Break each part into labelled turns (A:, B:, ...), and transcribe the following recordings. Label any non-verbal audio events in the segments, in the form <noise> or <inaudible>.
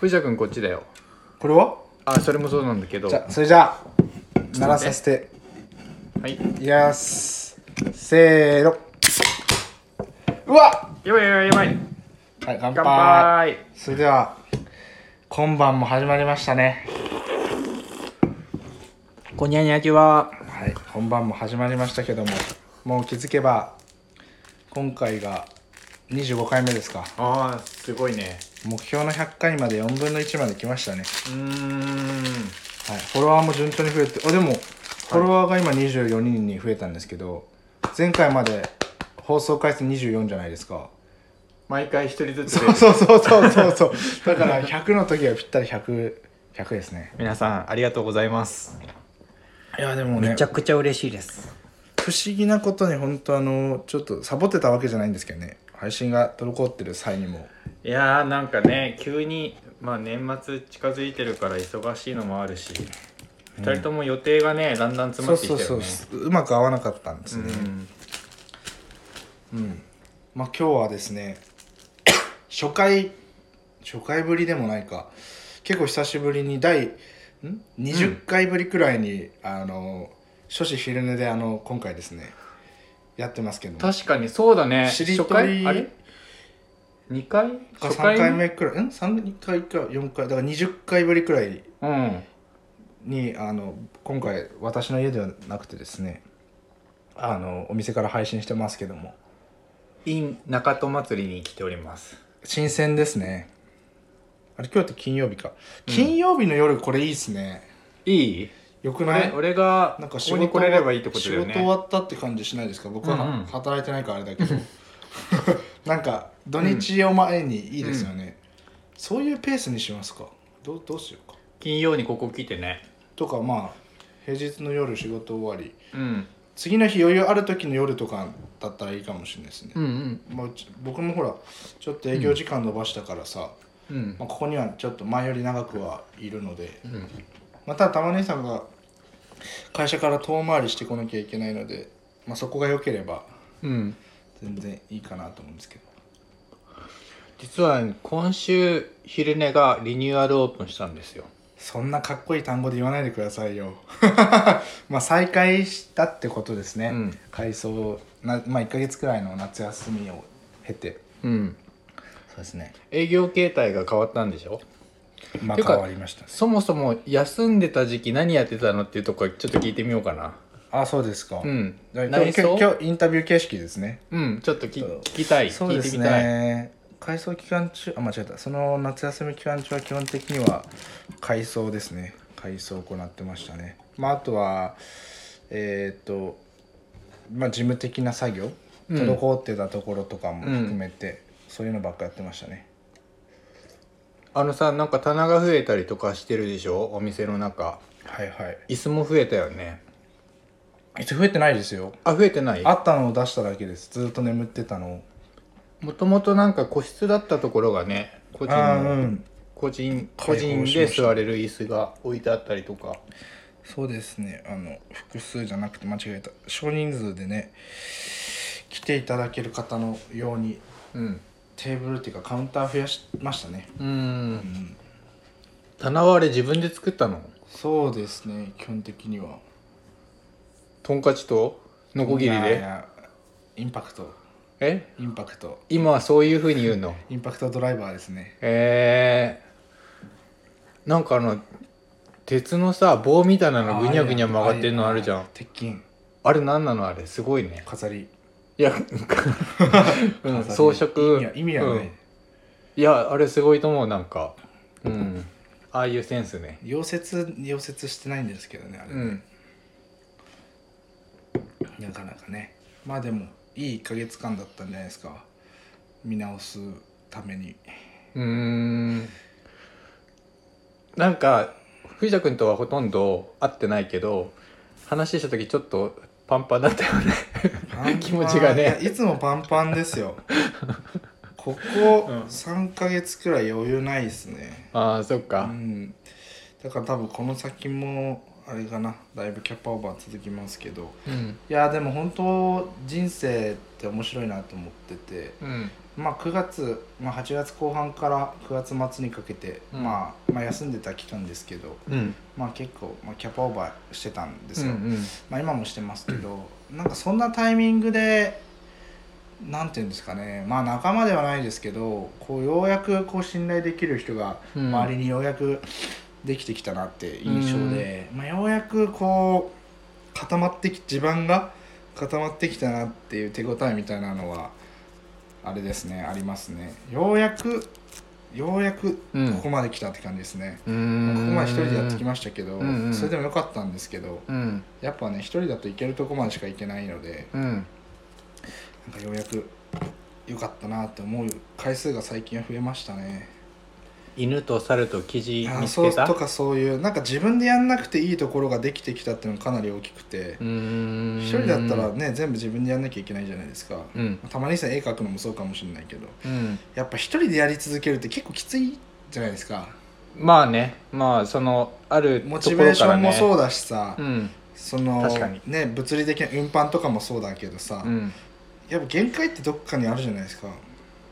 A: 藤田君こっちだよ
B: これは
A: あそれもそうなんだけど
B: じゃあそれじゃあ鳴らさせて
A: はい
B: いきますせーのうわ
A: やばいやばいやばい
B: はい乾杯
A: 乾杯
B: それでは今晩も始まりましたね
A: こにゃにゃきは
B: はい本番も始まりましたけどももう気づけば今回が25回目ですか
A: ああすごいね
B: 目標の100回まで4分の1まで来ましたね
A: うーん
B: はい、フォロワーも順調に増えてあでもフォロワーが今24人に増えたんですけど、前回まで放送回数24じゃないです <laughs> か
A: 毎回一人ずつで
B: そうそうそうそうそうだから100の時はぴったり100100ですね
A: 皆さんありがとうございます
B: いやでもね
C: めちゃくちゃ嬉しいです
B: 不思議なことに本当あのちょっとサボってたわけじゃないんですけどね配信が滞ってる際にも
A: いやーなんかね急にまあ年末近づいてるから忙しいのもあるし、二人とも予定がねだんだん詰ま
B: そう
A: ってき
B: そう
A: た
B: そ
A: よ
B: う
A: ね
B: うまく合わなかったんですね、
A: うん
B: まあ今日はですね初回初回ぶりでもないか結構久しぶりに第ん20回ぶりくらいに、あの初子昼寝であの今回ですねやってますけども
A: 確かにそうだね
B: しり
A: 初
B: とり
A: 回あれ2回
B: が3回目くらいん3回か4回だから20回ぶりくらい
A: うん
B: にあの今回私の家ではなくてですねあのお店から配信してますけども
A: in 中戸祭りに来ております
B: 新鮮ですねあれ今日って金曜日か、金曜日の夜これいいですね
A: いい
B: よくない
A: 俺俺が
B: なん
A: こ
B: か
A: こ
B: 仕事
A: に来れればいいってことだよ
B: 仕事終
A: ね
B: わったって感じしないですか僕は
A: うんうん
B: 働いてないからあれだけど <laughs> なんか土日を前にいいですよね、そういうペースにしますかどうどうしようか
A: 金曜にここ来てね
B: とかまあ平日の夜仕事終わり
A: うん
B: 次の日余裕ある時の夜とかだったらいいかもしれないですね、
A: うんうん
B: まあ、うち僕もほらちょっと営業時間伸ばしたからさ、
A: うん
B: まあ、ここにはちょっと前より長くはいるので
A: うん
B: また玉ねぎさんが会社から遠回りしてこなきゃいけないので、まあ、そこが良ければ
A: うん
B: 全然いいかなと思うんですけど
A: 実は今週昼寝がリニューアルオープンしたんですよ
B: そんなかっこいい単語で言わないでくださいよ <laughs> まあ再開したってことですね、
A: うん
B: 改装なまあ1ヶ月くらいの夏休みを経て
A: うん
B: そうですね
A: 営業形態が変わったんでしょ
B: まあ
A: て
B: 変
A: か
B: わりました
A: そもそも休んでた時期何やってたのっていうとこちょっと聞いてみようかな
B: あそうですか、
A: うん
B: じゃあ今
A: 内
B: 日
A: 装
B: 今日インタビュー形式ですね
A: うんちょっとき聞きたい
B: そう
A: 聞
B: で
A: いて
B: す
A: みたい
B: ね改装期間中あ間違えたその夏休み期間中は基本的には改装ですね改装を行ってましたねまああとはえーっとまあ事務的な作業
A: うん
B: 滞ってたところとかも含めて、そういうのばっかやってましたね
A: あのさなんか棚が増えたりとかしてるでしょお店の中
B: はいはい
A: 椅子も増えたよね
B: いつ増えてないですよ
A: あ増えてない
B: あったのを出しただけですずっと眠ってたのを
A: もともとなんか個室だったところがね個人
B: あ
A: の
B: ーうん
A: 個人個
B: 開放し
A: 人
B: ました
A: で座れる椅子が置いてあったりとか
B: そうですねあの複数じゃなくて間違えた少人数でね来ていただける方のように
A: うん
B: テーブルっていうかカウンター増やしましたね
A: うーん棚はあれ自分で作ったの
B: そうですね基本的には
A: トンカチとノコギリ
B: いやい
A: で
B: やインパクト
A: え
B: インパクト
A: 今はそういうふうに言うの
B: インパクトドライバーですね
A: えー、なんかあの鉄のさ棒みたいなのぐにゃぐにゃ曲がってるのあるじゃん
B: 鉄筋
A: あれ何なのあれすごいね
B: 飾り
A: いや、うん、装飾
B: いや意味はな
A: う
B: い
A: んいやあれすごいと思うなんかうんああいうセンスね
B: 溶接溶接してないんですけどねあれ
A: うん
B: なかなかねまあでもいい1ヶ月間だったんじゃないですか見直すために
A: うーんなんか藤田君とはほとんど会ってないけど話した時ちょっとパンパンだったよ
B: <laughs>
A: ね
B: パンパ
A: <laughs>
B: ン
A: 気持ちがね
B: いやいつもパンパンで
A: <laughs>
B: すよここ
A: うん
B: 3ヶ月くらい余裕ないですね
A: ああそっ
B: う
A: か
B: んだから多分この先もあれかなだいぶキャパオーバー続きますけど
A: うん
B: いやでも本当人生って面白いなと思ってて
A: うん
B: まあ9月、まあ、8月後半から9月末にかけて、
A: うん
B: まあ、まあ休んでた期間ですけど、
A: うん
B: まあ、結構、まあ、キャパオーバーしてたんですよ、
A: うん
B: まあ、今もしてますけどなんかそんなタイミングでなんていうんですかねまあ仲間ではないですけどこうようやくこう信頼できる人が
A: うん
B: 周りにようやくできてきたなって印象で、まあ、ようやくこう固まってき地盤が固まってきたなっていう手応えみたいなのはあれですねありますねようやくようやくこ
A: うん
B: こまで来たって感じですね、
A: うん
B: ここまで一人でやってき
A: ま
B: ましたけど、
A: うんうん
B: それでも良かったんですけど、
A: うん
B: やっぱね一人だと行けるとこまでしか行けないので
A: うん
B: なんかようやく良かったなって思う回数が最近は増えましたね
A: 犬と猿とキジ
B: あ
A: 見つ
B: そう
A: けた
B: とかそういうなんか自分でやんなくていいところができてきたっていうのがかなり大きくて
A: うーん
B: 一人だったらね全部自分でやんなきゃいけないじゃないですか
A: うん
B: たまにさ絵描くのもそうかもしれないけど
A: うん
B: やっぱ一人でやり続けるって結構きついじゃないですか
A: まあねまあそのあるとこ
B: モ
A: ろから、ね、
B: チベーションもそううだしさ、
A: ん
B: その
A: 確かに
B: ね物理的な運搬とかもそうだけどさ、
A: うん
B: やっぱ限界ってどっかにあるじゃないですか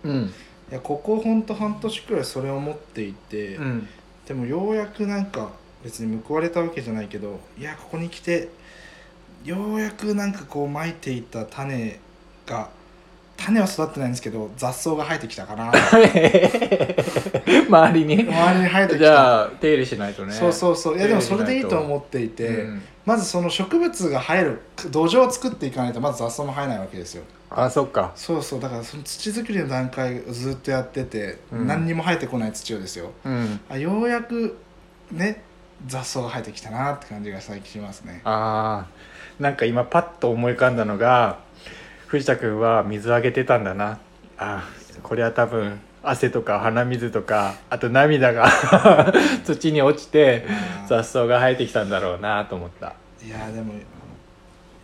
A: うん
B: いやここほんと半年くらいそれを持っていて、
A: うん <laughs>
B: でもようやくなんか別に報われたわけじゃないけどいやここに来てようやくなんかこうまいていた種が種は育ってないんですけど雑草が生えてきた
A: <laughs>
B: かな周
A: 周り
B: <laughs>
A: に
B: りに生えてき
A: じ
B: た、
A: ゃあ手入れしないとね
B: そうそうそういやでもそれでいいと思
A: っ
B: っていて、
A: うん
B: まずその植物が生える土壌を作っていかないとまず雑草も生えないわけですよ
A: あそっか
B: そうそうだからその土作りの段階をずっとやってて、
A: うん
B: 何にも生えてこない土をですよ
A: うん
B: あようやくね雑草が生えてきたなって感じが最近しますね
A: あーなんか今パッと思い浮かんだのが藤田君は水あげてたんだなあーこれは多分汗とか鼻水とかあと涙が
B: <laughs>
A: 土に落ちて
B: あー
A: 雑草が生えてきたんだろうなと思った
B: いやーでも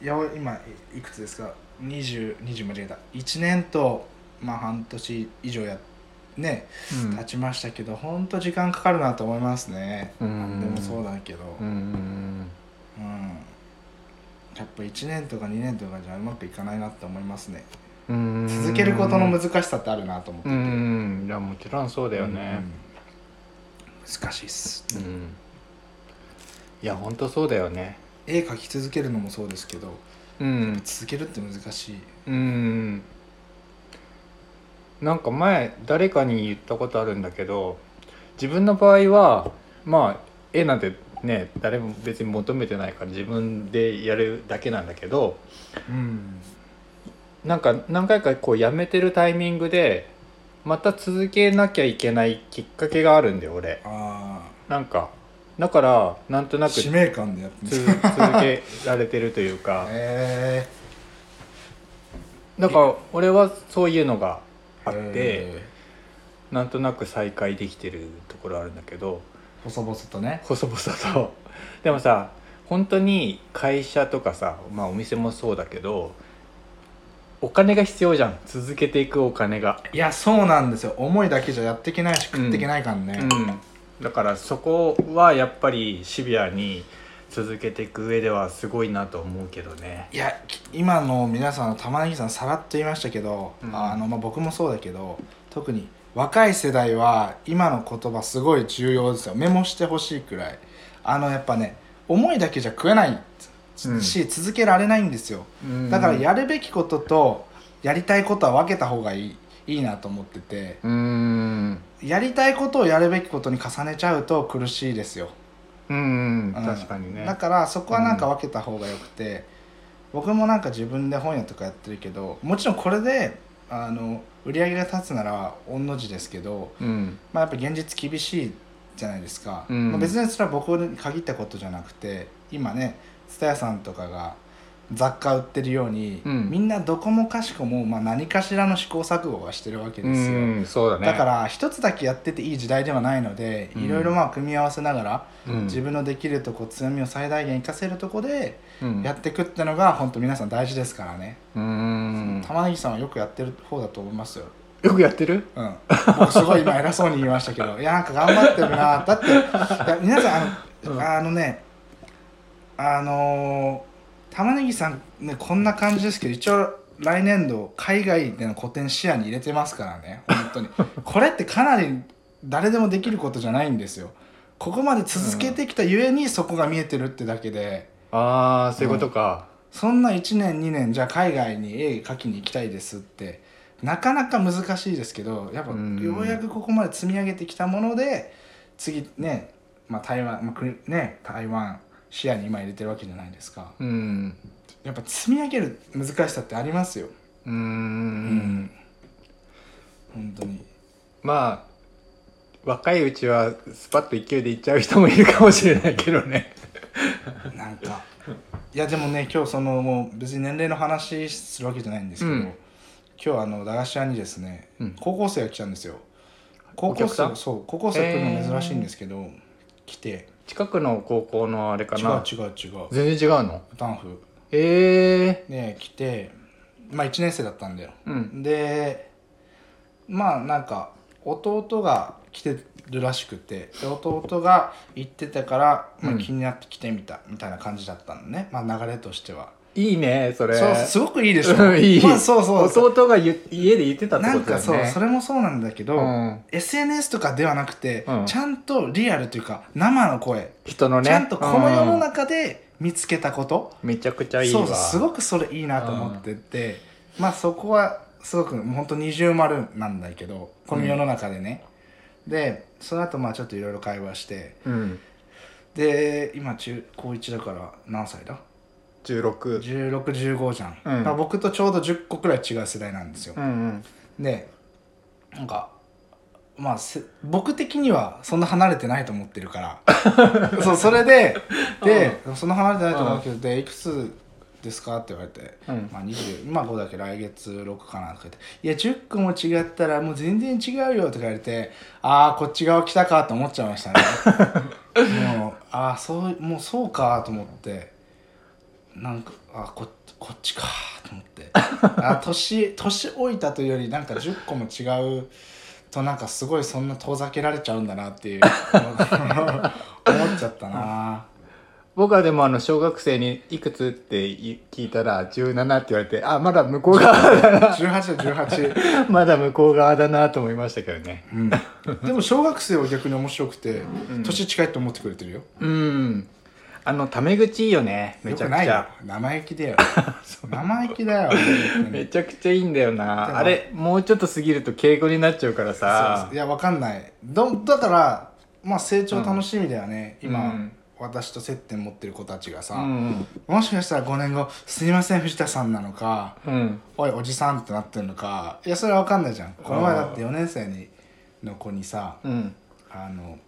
B: いや今いくつですか2020間違えた1年とまあ半年以上やね経ちましたけど、ほんと時間かかるなと思いますね、
A: うん
B: でもそうだけど、
A: うんうん
B: うんやっぱ1年とか2年とかじゃうまくいかないなって思いますね
A: うんうん
B: 続けることの難しさってあるなと思って
A: う
B: て、
A: んいやもちろんそうだよね
B: うん難しいっす
A: うん、いやほんとそうだよね
B: 絵描き続けるのもそうですけど
A: うん
B: 続けるって難しい
A: うんなんか前誰かに言ったことあるんだけど自分の場合はまあ絵なんてね誰も別に求めてないから自分でやるだけなんだけど
B: うん
A: なんか何回かこうやめてるタイミングでまた続けなきゃいけないきっかけがあるんだよ俺
B: あ
A: なんかだからなんと
B: あ
A: なく
B: 使命感でやって
A: つ
B: ます
A: 続けられてるという
B: <laughs>
A: か
B: へ
A: だから俺はそういうのが
B: ー
A: あって、
B: へ
A: なんとなく再開できてるところあるんだけど
B: ー細々とね
A: 細々と <laughs> でもさ本当に会社とかさ、まあ、お店もそうだけどお金が必要じゃん続けていくお金が、
B: いやそうなんですよ思いだけじゃやっていけないし食っていけないからね、
A: うん、だからそこはやっぱりシビアに続けていく上ではすごいなと思うけどね
B: いやき今の皆さん玉ねぎさんさらっと言いましたけど、
A: うん
B: あのまあ、僕もそうだけど特に若い世代は今の言葉すごい重要ですよメモしてほしいくらいあのやっぱね思いだけじゃ食えない
A: うん
B: し、続けられないんですよだからやるべきこととやりたいことは分けた方がいいいいなと思ってて
A: うん
B: やりたいことをやるべきことに重ねちゃうと苦しいですよ
A: うん、
B: うん
A: 確かにね
B: だからそこはなんか分けた方がよくて、僕もなんか自分で本屋とかやってるけどもちろんこれであの売り上げが立つなら御の字ですけど、
A: うん
B: まあ、やっぱ現実厳しいじゃないですか、
A: うん
B: まあ、別にそれは僕に限ったことじゃなくて今ね蔦屋さんとかが雑貨売ってるように、
A: うん
B: みんなどこもかしこも、まあ、何かしらの試行錯誤はしてるわけ
A: う
B: ですよ。
A: んそうだね
B: だから一つだけやってていい時代ではないので、
A: うん
B: いろいろまあ組み合わせながら、
A: うん
B: 自分のできるとこ強みを最大限活かせるとこで
A: うん
B: やっていくってのが本当皆さん大事ですからね、
A: うん
B: 玉ねぎさんはよくやってる方だと思いますよ
A: よくやってる
B: うん、僕すごい今偉そうに言いました
A: <laughs>
B: けどいやなんか頑張ってるなだっていや皆さんあの,、
A: うん
B: あのねあのー玉ねぎさんねこんな感じですけど一応来年度海外での個展視野に入れてますからね本
A: <laughs>
B: 当にこれってかなり誰でもできることじゃないんですよここまで続けてきたゆえにそこが見えてるってだけで、
A: ああそういうことか、
B: そんな1年2年じゃあ海外に絵描きに行きたいですってなかなか難しいですけどやっぱ
A: うん
B: ようやくここまで積み上げてきたもので次ね、まあ、台湾、まあ国ね、台湾視野に今入れてるわけじゃないですか
A: うん
B: やっぱ積み上げる難しさってありますよ
A: うーん
B: ん本当に
A: まあ若いうちはスパッと勢いでいっちゃう人もいるかもしれないけどね <laughs>
B: なんかいやでもね今日そのもう別に年齢の話するわけじゃないんですけど、
A: うん
B: 今日あの駄菓子屋にですね、
A: うん
B: 高校生が来たんですよ
A: お
B: 高校
A: 客さ
B: 生
A: ん
B: そう高校生来るの珍しいんですけど、来て
A: 近くの高校のあれか
B: 違
A: な
B: う違う違う
A: 全然違うの
B: ダンフ
A: え
B: で来てまあ1年生だったんだよ
A: えうん
B: でまあなんか弟が来てるらしくてで弟が行ってたから、まあ、
A: うん
B: 気になって来てみたみたいな感じだったのね、まあ流れとしては、
A: いいねそれ
B: そうすごくいいでしょ、
A: うんいい、
B: まあ、そうそうそう
A: 弟がゆ家で言ってたって
B: な
A: こ
B: ん
A: とだ
B: か
A: よね
B: そう、それもそうなんだけど、
A: うん、
B: SNS とかではなくて、
A: うん
B: ちゃんとリアルというか生の声、
A: 人のね
B: ちゃんとこの世の
A: うん
B: 中で見つけたこと、
A: めちゃくちゃいい
B: そう
A: わ
B: そうすごくそれいいなと思ってて、まあそこはすごくもうほんと二重丸なんだけどこの世の中でね、でその後まあちょっといろいろ会話して
A: うん、
B: で今中高1だから何歳だ
A: 16
B: 1615じゃん、
A: うん
B: まあ、僕とちょうど10個くらい違う世代なんですよ
A: う、んうん
B: でなんかまあせ僕的にはそんな離れてないと思ってるから <laughs> そうそれでで、そんな離れてないと思うけど、でいくつですかって言われて、
A: うん
B: まあ、20今5だけど来月6かなとか言って「いや10個も違ったらもう全然違うよ」とか言われて「ああこっち側来たか」と思っちゃいました
A: <laughs>
B: ねもうああそうもうそうかと思ってなんかあここっちかと思って
A: <laughs>
B: あ年年老いたというよりなんか10個も違うとなんかすごいそんな遠ざけられちゃうんだなっていう思っちゃった
A: <laughs>
B: な
A: 僕はでもあの小学生に「いくつ?」ってい聞いたら「17」って言われてあまだ向こう側 <laughs> だな
B: 18だ18
A: まだ向こう側だなと思いましたけどね
B: うん <laughs> でも小学生は逆に面白くて、年近いと思ってくれてるよ
A: うんあのタメ口いいよねめちゃ
B: よ
A: く
B: ない
A: ち
B: よ
A: ゃ
B: 生意気だよ
A: <laughs>
B: 生意気だよ本当に
A: めちゃくちゃいいんだよ
B: で
A: な
B: も
A: あれもうちょっと過ぎると敬語になっちゃうから
B: そう
A: さ
B: そういやわかんないどだからまあ成長楽しみだよね、
A: うん
B: 今、
A: うん
B: 私と接点持ってる子たちがさ、
A: うん
B: もしかしたら5年後「すいません藤田さん」なのか
A: うん
B: 「おいおじさん」ってなってるのかいやそれはわかんないじゃんこの前だって4年生にの子にさ
A: うん
B: あの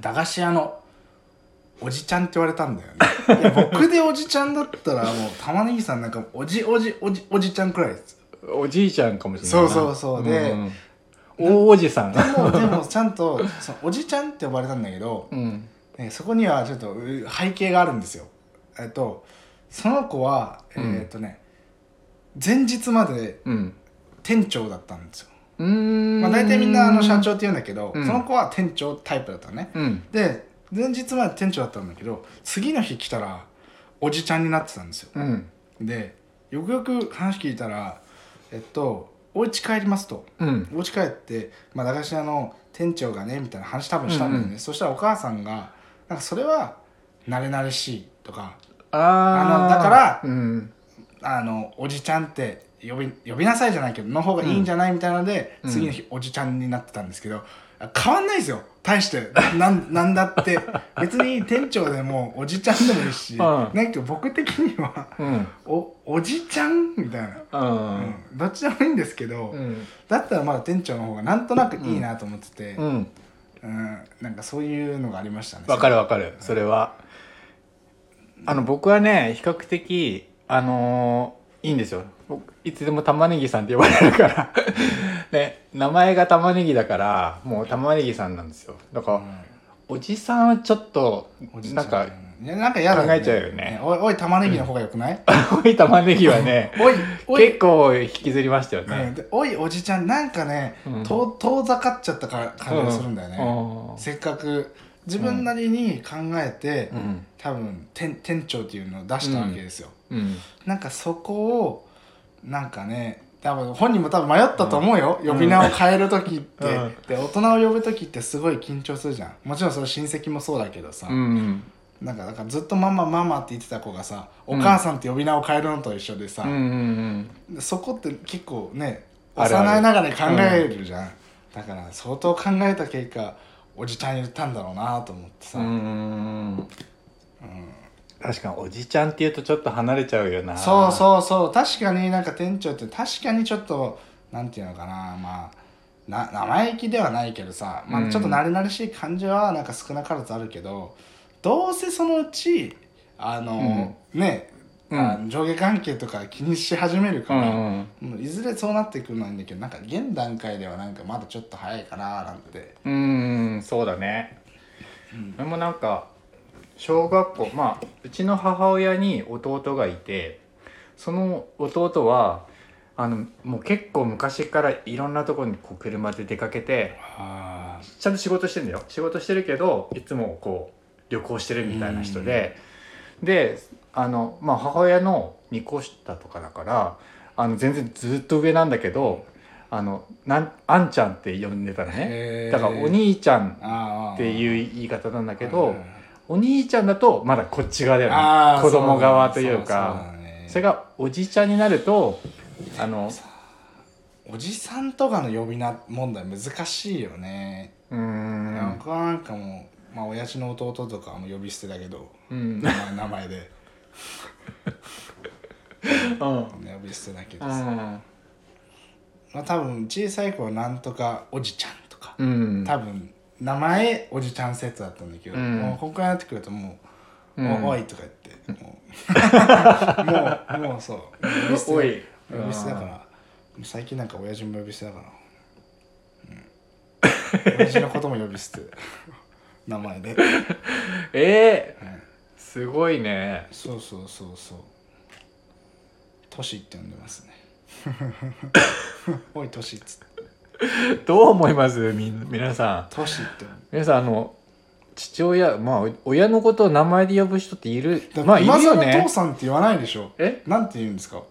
B: 駄菓子屋のおじちゃんって言われたんだよねいや僕でおじちゃんだったらもう玉ねぎさんなんかおじおじおじおじちゃんくらいです
A: おじいちゃんかもしれないな
B: そうそうそうで
A: ん大おじさん
B: <laughs> でもでもちゃんとそのおじちゃんって呼ばれたんだけど、
A: うん
B: ね、そこにはちょっとう背景があるんですよえっとその子はえ
A: うん
B: ーっとね、前日まで
A: うん
B: 店長だったんですよ、
A: うーん
B: まあ、大体みんなあの社長って言うんだけど、
A: うん
B: その子は店長タイプだったのね、
A: うん
B: で前日まで店長だったんだけど次の日来たらおじちゃんになってたんですよ
A: うん
B: でよくよく話聞いたらえっとお家帰りますと
A: うん
B: お家帰って、まあ、駄菓子屋の店長がねみたいな話多分したんだよね、
A: うんう
B: そしたらお母さんがなんかそれは慣れ慣れしいとか
A: あ
B: あの
A: あ
B: だから
A: うん
B: あのおじちゃんって呼び呼びなさいじゃないけどの方がいいんじゃないみたいなので、
A: うん
B: 次の日おじちゃんになってたんですけど変わんないですよ大してなん <laughs> なんだって別に店長でもおじちゃんでもいいし、
A: ん
B: なんか僕的には
A: うん
B: おおじちゃんみたいな、
A: う
B: うんん、どっちでもいいんですけど、
A: うん
B: だったらまだ店長の方がなんとなくいいなと思ってて、う
A: うんん
B: なんかそういうのがありましたね。
A: わかるわかるそれはあの僕はね比較的あのーいいんですよ僕いつでも玉ねぎさんって呼ばれるからね名前が玉ねぎだからもう玉ねぎさんなんですよだから、おじさんはちょっと
B: おじちゃ
A: なんんか
B: いやなんか嫌だ、ね、
A: 考えちゃうよね
B: おいおい玉ねぎの方がよくない、 <laughs>
A: 青い玉ねぎはね
B: おいおい
A: 結構引きずりましたよ
B: うん
A: ね、
B: でおいおじちゃんなんかね、
A: うん
B: と遠ざかっちゃったか感じがするんだよね、
A: うん
B: せっかく自分なりに考えて、
A: うん
B: 多分店店長っていうのを出したわけですよ、
A: うん
B: なんかそこをなんかね多分本人も多分迷ったと思うよ、呼び名を変える時って、
A: うん
B: で大人を呼ぶ時ってすごい緊張するじゃんもちろんそれ親戚もそうだけどさ、
A: うん
B: なんかだからずっと「ママママ」って言ってた子がさお母さんって呼び名を変えるのと一緒でさ、
A: うんうん
B: でそこって結構ね
A: あるある
B: 幼いながらに考えるじゃん、だから相当考えた結果おじちゃん言ったんだろうなと思ってさ、
A: うんうん確かにおじちゃんっていうとちょっと離れちゃうよな
B: そうそうそう確かになんか店長って確かにちょっとなんていうのかなまあな生意気ではないけどさ、ま
A: うん
B: あ、ちょっと慣れ慣れしい感じはなんか少なからずあるけど、どうせそのうちあの、ね、
A: うん
B: あの上下関係とか気にし始め
A: う
B: るか
A: ん
B: ら、
A: うん
B: もういずれそうなってくるのはいいんだけどなんか現段階ではなんかまだちょっと早いかななんて
A: うんうんそうだね、俺もなんか小学校まあうちの母親に弟がいてその弟はあのもう結構昔からいろんなところにこう車で出かけて
B: あ
A: ちゃんと仕事してんだよ仕事してるけどいつもこう旅行してるみたいな人で、であの、まあ、母親の2個下とかだからあの全然ずっと上なんだけどあのなんあんちゃんって呼んでたのね。
B: ね
A: だからお兄ちゃん
B: あー
A: って
B: う
A: いう言い方なんだけど、お兄ちゃんだとまだこっち側だよね
B: あー
A: 子供側という
B: そう
A: か
B: だね
A: それがおじちゃんになるとあの
B: おじさんとかの呼び名問題難しいよね、
A: うーん
B: 僕はなんかもう、まあ、親父の弟とかはもう呼び捨てだけど
A: うん
B: 名前名前で
A: うん
B: 呼び捨てだけど
A: う
B: さ、
A: ん
B: まあ、多分小さい頃なんとかおじちゃんとか、
A: うん
B: 多分名前おじちゃんセットだったんだけど、
A: うん
B: もうここからなってくるともう
A: う
B: 「
A: ん
B: おおい」とか言ってもう <laughs> もうもうそう呼び捨て
A: おい
B: 呼び捨てだから最近なんか親父も呼び捨てだから、うん、親父のことも呼び捨て <laughs> 名前で、はい
A: えー、すごいね
B: そうそうそうそうトシって呼んでますね <laughs> おいトシっつって
A: どう思いますみん皆さん
B: トシって呼んで
A: 皆さんあの父親まあお親のことを名前で呼ぶ人っている
B: だ
A: ま
B: から
A: あいる
B: 今
A: よ
B: 更
A: ね
B: 父さんって言わないでしょ
A: え
B: なんて言うんですか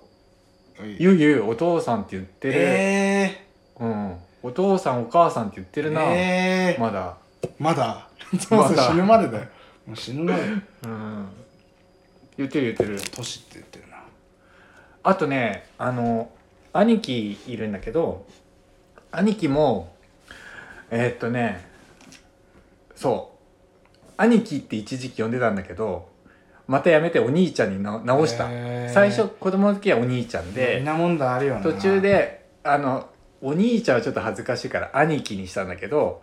A: ゆうゆうお父さんって言ってる、
B: えー
A: うん、お父さんお母さんって言ってるな、
B: えー
A: まだ
B: まだ <laughs> そうそう
A: まだ
B: 死ぬまでだよもう死ぬまで
A: うん言ってる言ってる
B: 年って言ってるな
A: あとねあの兄貴いるんだけど兄貴もえーっとねそう兄貴って一時期呼んでたんだけどまたやめてお兄ちゃんにな直した、
B: へー
A: 最初子供の時はお兄ちゃん
B: みん
A: で
B: な問題あるよな
A: 途中であのお兄ちゃんはちょっと恥ずかしいから兄貴にしたんだけど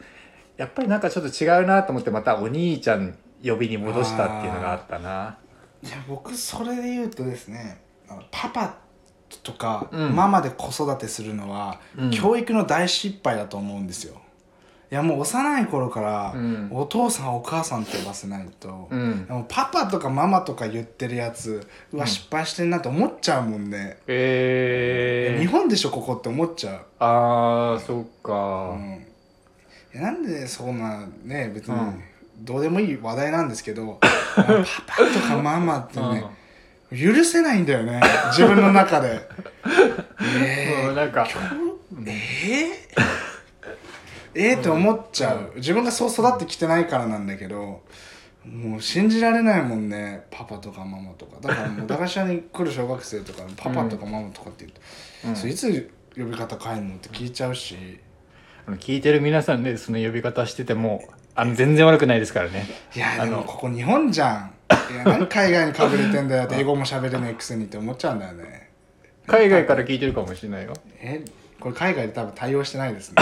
A: やっぱりなんかちょっと違うなと思ってまたお兄ちゃん呼びに戻したっていうのがあったない
B: や僕それで言うとですねあのパパとか、
A: うん
B: ママで子育てするのは、
A: うん
B: 教育の大失敗だと思うんですよいやもう幼い頃から、
A: うん
B: お父さんお母さんって呼ばせないと、
A: うん
B: でもパパとかママとか言ってるやつうわ、失敗してんなって思っちゃうもんね、
A: えー、
B: 日本でしょここって思っちゃう
A: ああそっか、
B: うんいやなんでそんなね別に
A: うん
B: どうでもいい話題なんです
A: <laughs>
B: けどあのパパとかママってね許せないんだよね自分の
A: <laughs>
B: 中でえ
A: もうなんか
B: ー、えー、えーって思っちゃう自分がそう育ってきてないからなんだけどもう信じられないもんねパパとかママとかだからもう駄菓子屋に来る小学生とかパパとかママとかって言って、
A: うん
B: それいつ呼び方変えんのって聞いちゃうし。
A: あの聞いてる皆さんでその呼び方しててもあの全然悪くないですからね
B: いや
A: あ
B: で
A: の
B: もここ日本じゃんい <laughs> や何海外にかぶれてんだよって英語も喋れないくせにって思っちゃうんだよね
A: 海外から聞いてるかもしれないよ
B: えこれ海外で多分対応してないですね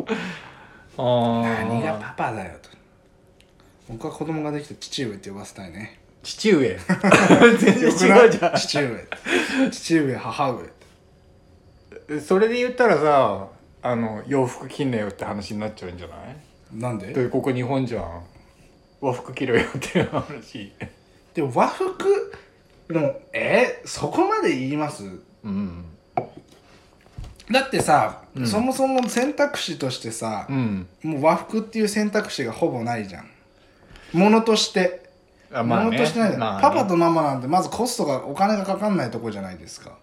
A: あ
B: <laughs> 何が
A: あ
B: パパだよと僕は子供ができて父上って呼ばせたいね
A: 父上全
B: よく
A: 然
B: な
A: 違
B: いう
A: じゃ
B: 父上父上母上って
A: ん <laughs> それで言ったらさあの洋服着んなよって話になっちゃうんじゃない
B: なん
A: だっ
B: で
A: てここ日本じゃん和服着ろよっていう話
B: で和服のえそこまで言います
A: うん
B: だってさ、
A: うん
B: そもそも選択肢としてさ
A: う、ん
B: もう和服っていう選択肢がほぼないじゃんものとして
A: あ
B: 物としてないじゃん
A: まあね
B: パパとママなんてまずコストがお金がかかんないとこじゃないで
A: <laughs>
B: すか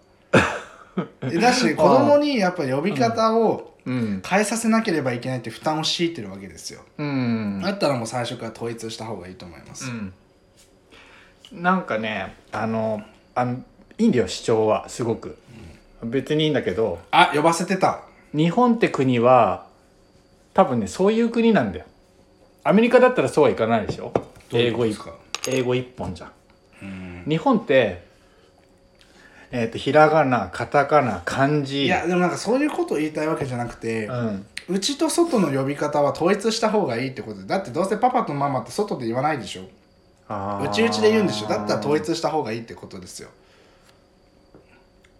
B: えだし子供にやっぱ呼び方を
A: うん
B: 変えさせなければいけないって負担を強いてるわけですよ、
A: うん
B: だったらもう最初から統一した方がいいと思います、
A: うん、なんかねあのあのいいんだよ主張はすごく、別にいいんだけど
B: あ呼ばせてた
A: 日本って国は多分ねそういう国なんだよアメリカだったらそうはいかないでしょ英語一
B: か
A: 英語一本じゃん
B: うん
A: 日本ってえっ、とひらがなカタカナ漢字
B: いやでもなんかそういうことを言いたいわけじゃなくて、
A: うん
B: うちと外の呼び方は統一した方がいいってことでだってどうせパパとママって外で言わないでしょ
A: あー
B: うちうちで言うんでしょだったら統一した方がいいってことですよ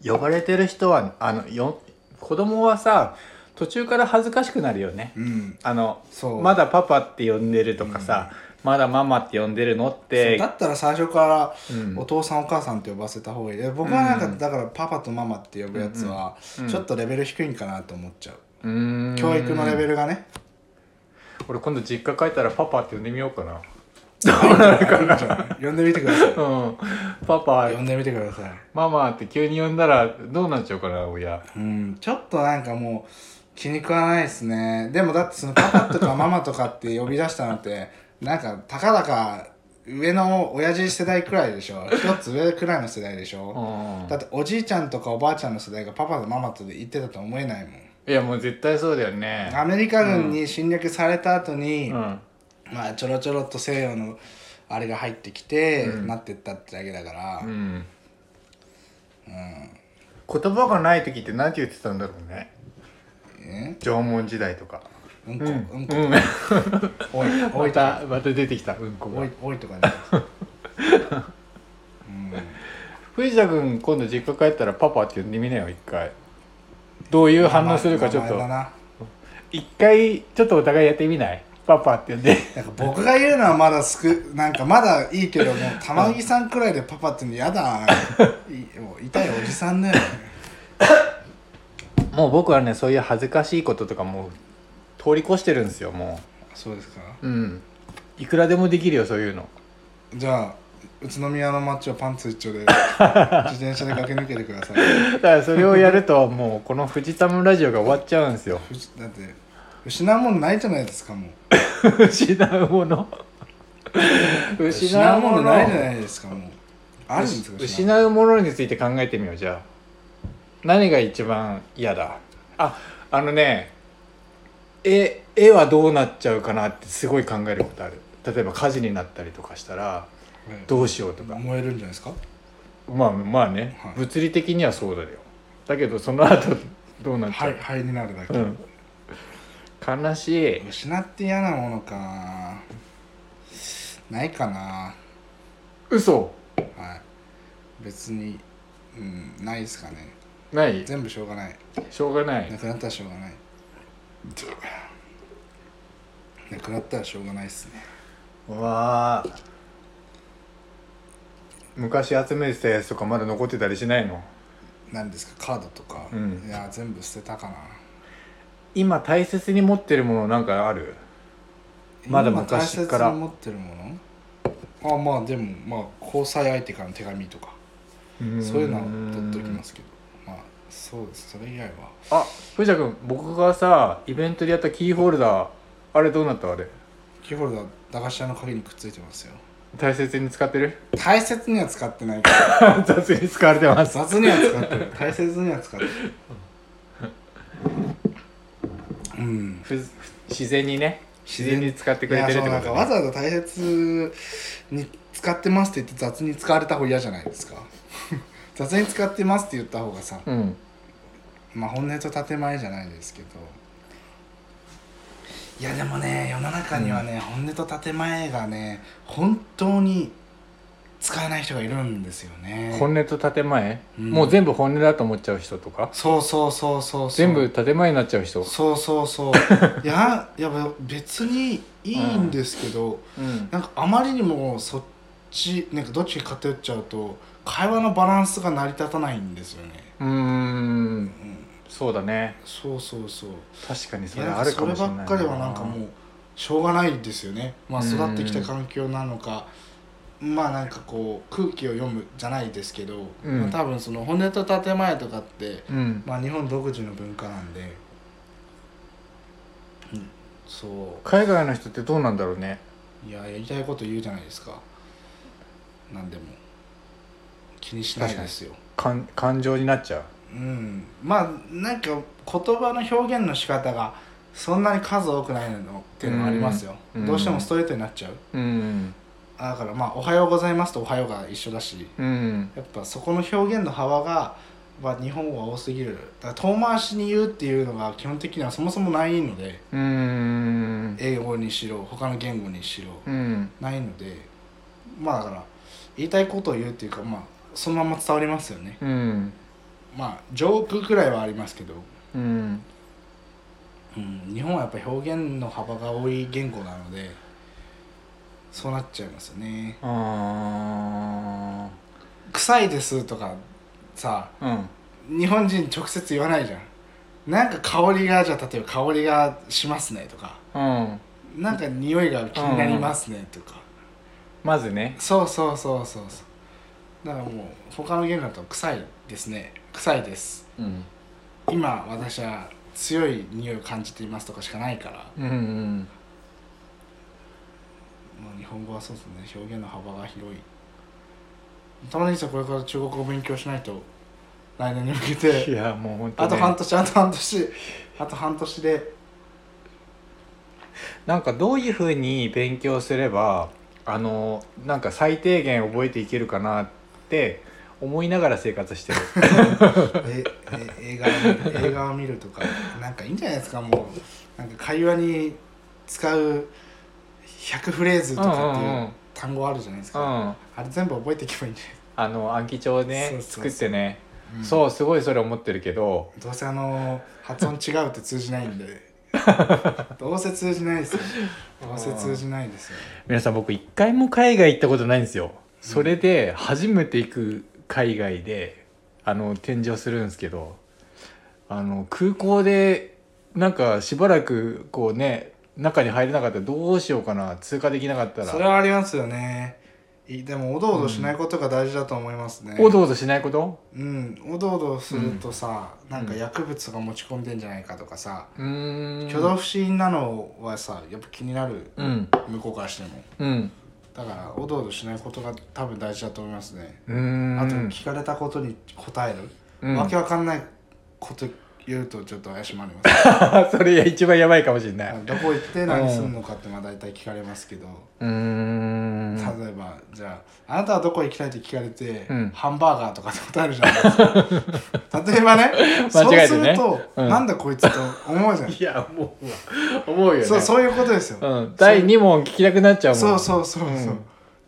A: 呼ばれてる人はあのよ子供はさ途中から恥ずかしくなるよね
B: うん
A: あの
B: そう
A: まだパパって呼んでるとかさ、まだママって呼んでるのっ
B: そう
A: て
B: だったら最初から
A: うん
B: お父さんお母さんって呼ばせた方がいいえ僕はなんか
A: うん
B: だからパパとママって呼ぶやつは
A: うんうん
B: ちょっとレベル低いんかなと思っちゃ
A: う
B: う
A: ーん
B: 教育のレベル
A: <laughs>
B: がね
A: 俺今度実家帰ったらパパって呼んでみようかな
B: 呼んでみてくださ
A: うんパパ
B: い呼んでみてください
A: ママって急に呼んだらどうなっちゃうかな親
B: うんちょっとなんかもう気に食わないですねでもだってそのパパとかママとかって呼び出したのってなんかたかだか上の親父世代くらいでしょ一つ上くらいの世代でし
A: う
B: ょ
A: ん
B: だっておじいちゃんとかおばあちゃんの世代がパパとママとで言ってたとは思えないもん
A: いやもう絶対そうだよね
B: アメリカ軍に侵略された後に、
A: うん
B: まあちょろちょろっと西洋のあれが入ってきて、
A: うん
B: なってったってだけだから、
A: うん言葉がない時って何て言ってたんだろうね
B: え
A: 縄文時代とか
B: うんこ、うんこ、
A: うん
B: 多い、多
A: ま
B: いとか、
A: たまた出てきたうんこ
B: 多
A: が
B: い、多いとかね。
A: 藤田君今度実家帰ったらパパって呼んでみなよ一回どういう <laughs> 反応するかちょっ
B: 名
A: と
B: 前だな
A: 一回ちょっとお互いやってみないパパって呼んで
B: なんか僕が言うのはまだすく、なんかまだいいけども、玉木さんくらいでパパって言うの
A: <laughs>
B: 嫌だ。いもう痛いおじさんだよね。
A: もう僕はねそういう恥ずかしいこととかもう通り越してるんですよも
B: そうですか。
A: ううんいくらでもできるよそういうの
B: じゃあ、宇都宮の街をパンツ一丁
A: <laughs>
B: で、自転車で駆け抜けてください。
A: だからそれをやると <laughs> もうこの「フジタムラジオ」が終わっちゃうんですよ <laughs>
B: うちだって、失うもんないじゃないですか、もう。
A: 失うもの
B: 失
A: 失
B: う
A: う
B: も
A: も
B: の
A: の
B: ないじゃないですかもうあるんですか
A: 失うものについて考えてみようじゃあ何が一番嫌だああのね絵絵はどうなっちゃうかなってすごい考えることある例えば火事になったりとかしたらどうしようとか
B: 燃えるんじゃないですか
A: まあまあね、
B: はい
A: 物理的にはそうだよだけどその後どうなっちゃ
B: は
A: う、
B: い灰になるだけ、
A: うん、悲しい
B: 失って嫌なものかないかな
A: 嘘
B: はい別にうんないですかね
A: ない
B: 全部しょうがない
A: しょうがない
B: なくなったらしょうがないなくなったらしょうがないですね
A: うわあ昔集めてたやつとかまだ残ってたりしないの
B: 何ですかカードとか、
A: うん
B: いや全部捨てたかな
A: 今大切に持ってるものなんかあるまだ昔から
B: 今大切に持ってるものあまあでもまあ交際相手からの手紙とかそういうのは取っておきますすけどまあそうですそれ以外は
A: あ藤田君僕がさイベントでやったキーホルダーあれどうなったあれ
B: キーホルダー駄菓子屋の鍵にくっついてますよ
A: 大切に使って
B: <laughs>
A: る
B: 大切には使ってな
A: <laughs>
B: いから
A: 雑に使われてます
B: 雑には使ってる大切には使ってるうん
A: ふ自然にね
B: 自
A: 自
B: 然
A: 然に使って
B: い
A: くれ
B: や
A: てるっ
B: そう
A: て
B: な
A: こ
B: んか
A: と
B: わ
A: ね
B: ざわざ大切に使ってますって言って雑に使われた方が嫌じゃないですか <laughs> 雑に使ってますって言った方がさ
A: うん
B: まあ本音と建前じゃないですけどいやでもね世の中にはね、本音と建前がね本当に使えない人がいるんですよね
A: 本音と建前、
B: うん
A: もう全部本音だと思っちゃう人とか
B: そうそうそうそうそう
A: 全部建前になっちゃう人
B: そうそう
A: <laughs>
B: そういやいや別にいいんですけど、
A: うん
B: なんかあまりにもそっちなんかどっちに偏っちゃうと会話のバランスが成り立たないんですよね、
A: うーん
B: うん、
A: そうだね
B: そうそうそう
A: 確かにそ
B: いや
A: れ
B: なん
A: あ
B: か
A: るか
B: それ
A: もしれ
B: ば
A: ない
B: っかりはなんかもうしょうがないですよね、まあ、
A: うん
B: 育ってきた環境なのかまあなんかこう空気を読むじゃないですけど、
A: うん
B: まあ多分その骨と建前とかって、
A: うん
B: まあ、日本独自の文化なんで、うんそ
A: 海外の人ってどうなんだろうね
B: ういややりたいこと言うじゃないですか何でも気にしないですよ
A: 感感情になっちゃう
B: うんまあなんか言葉の表現の仕方がそんなに数多くないのっていうのはありますよ、
A: うん
B: どうしてもストレートになっちゃう
A: うん
B: だからまあ「おはようございます」と「おはよう」が一緒だし
A: うん
B: やっぱそこの表現の幅が、まあ、日本は多すぎるだから遠回しに言うっていうのが基本的にはそもそもないので
A: うん
B: 英語にしろ他の言語にしろ
A: うん
B: ないのでまあだから言いたいことを言うっていうかまあそのまま伝わりますよね
A: うん
B: まあジョークくらいはありますけど、
A: うん
B: うん、日本はやっぱ表現の幅が多い言語なのでそうなっちゃいますよね
A: あ
B: 「臭いです」とかさ
A: ーうん
B: 日本人直接言わないじゃんなんか香りがじゃあ例えば香りがしますねとか
A: うん
B: なんか匂いが気になりますねとか、
A: まずね
B: そうそうそうそうそうだからもう他の言語だと臭いですね臭いです
A: うん
B: 今私は強い匂いを感じていますとかしかないから
A: うんうん
B: もう日本語はそうですね表現の幅が広いたまにさこれから中国語を勉強しないと来年に向けて
A: いやもう本当
B: あ
A: ね
B: と半年あと半年あと半年で
A: なんかどういうふうに勉強すればあのなんか最低限覚えていけるかなって思いながら生活してる
B: ええ映画を映画を見るとかなんかいいんじゃないですかもうなんか会話に使う100フレーズとかって
A: うんうん
B: いううん単語あるじゃないです
A: う
B: か、
A: ん
B: あれ全部覚えていけばいいんじゃな
A: あ
B: い
A: の暗記帳ね
B: そうそうそう
A: 作ってね、
B: うん
A: そうすごいそれ思ってるけど
B: どうせあの発音違うって通じない
A: <laughs>
B: んでどうせ通じないですよどうせ通じないですよ
A: 皆さん僕一回も海外行ったことないんですよそれで初めて行く海外であの展示をするんですけどあの空港でなんかしばらくこうね中に入れなかったらどうしようかな通過できなかったら
B: それはありますよねいでもおどおどしないことが大事だと思いますね、
A: おどおどしないこと
B: うんおどおどするとさ、なんか薬物が持ち込んでんじゃないかとかさ、
A: うーん
B: 挙動不審なのはさやっぱ気になる、
A: うん
B: 向こうからしても
A: うん
B: だからおどおどしないことが多分大事だと思いますね、
A: うーん
B: あと聞かれたことに答える、
A: うん
B: わけわかんないこと言うとちょっと怪しまれ
A: <laughs>
B: ます
A: それ一番やばいかもしれない
B: どこ行って何するのかってまあ大体聞かれますけど、
A: うーん
B: 例えばじゃあ「あなたはどこ行きたい?」って聞かれて、
A: うん
B: ハンバーガーとかって答えるじゃないです
A: <laughs>
B: か例えばねそう
A: 間違え
B: す
A: て
B: る
A: ね
B: と、
A: うん
B: なんだこいつと思うじゃん
A: <laughs> いや思うわ思うよね
B: そうそういうことですよ、
A: うん、第2問聞きたくなっちゃうもん
B: そうそうそうそう、
A: うん
B: だか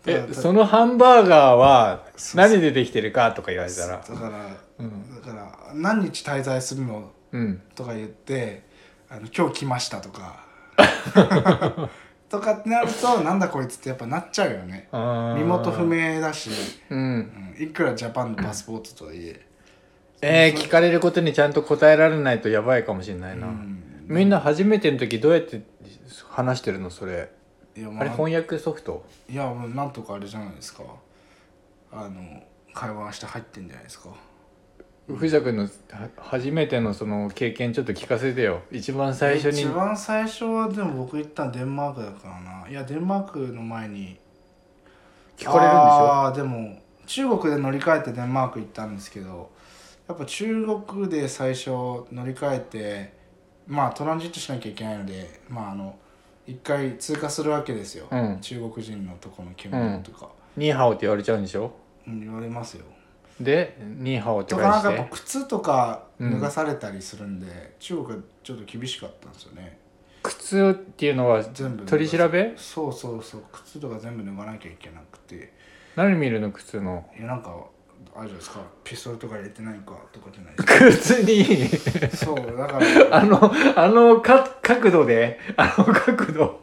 A: え
B: ら
A: そのハンバーガーは
B: そう
A: 何でできてるかとか言われたら
B: だから、
A: うん
B: だから何日滞在するの
A: うん
B: とか言ってあの今日来ましたと
A: <laughs>
B: かとかってなるとなんだこいつってやっぱなっちゃうよね身
A: 身
B: 元不明だし、
A: うん
B: うん、いくらジャパンのパスポートとはいえ、
A: えー、聞かれることにちゃんと答えられないとやばいかもしれないな、
B: うん
A: みんな初めての時どうやって話してるのそれ
B: いや,、ま
A: あれ翻訳ソフト
B: いやもうなんとかあれじゃないですかあの会話して入ってんじゃないですか
A: 藤田君のは初めてのその経験ちょっと聞かせてよ一番最初に
B: 一番最初はでも僕行ったのデンマークだからないやデンマークの前に
A: 聞かれるんでしょ
B: ああでも中国で乗り換えてデンマーク行ったんですけどやっぱ中国で最初乗り換えてまあトランジットしなきゃいけないのでまああの一回通過するわけですよ、
A: うん
B: 中国人のとこの煙とか、
A: ニーハオって言われちゃうんでしょ
B: うん言われますよ
A: でニーハオって
B: とか
A: 返
B: なんか
A: し
B: やってぱ靴とか脱がされたりするんで、中国はちょっと厳しかったんですよね
A: 靴っていうのは
B: 全部脱がさ
A: 取り調べ
B: そうそうそう靴とか全部脱がなきゃいけなくて
A: 何見るの靴
B: <laughs>
A: の
B: いやなんかあれじゃないですかピストルとか入れてないかとかじゃないですか
A: 靴に
B: <laughs> そうだから
A: あのあのか角度であの角度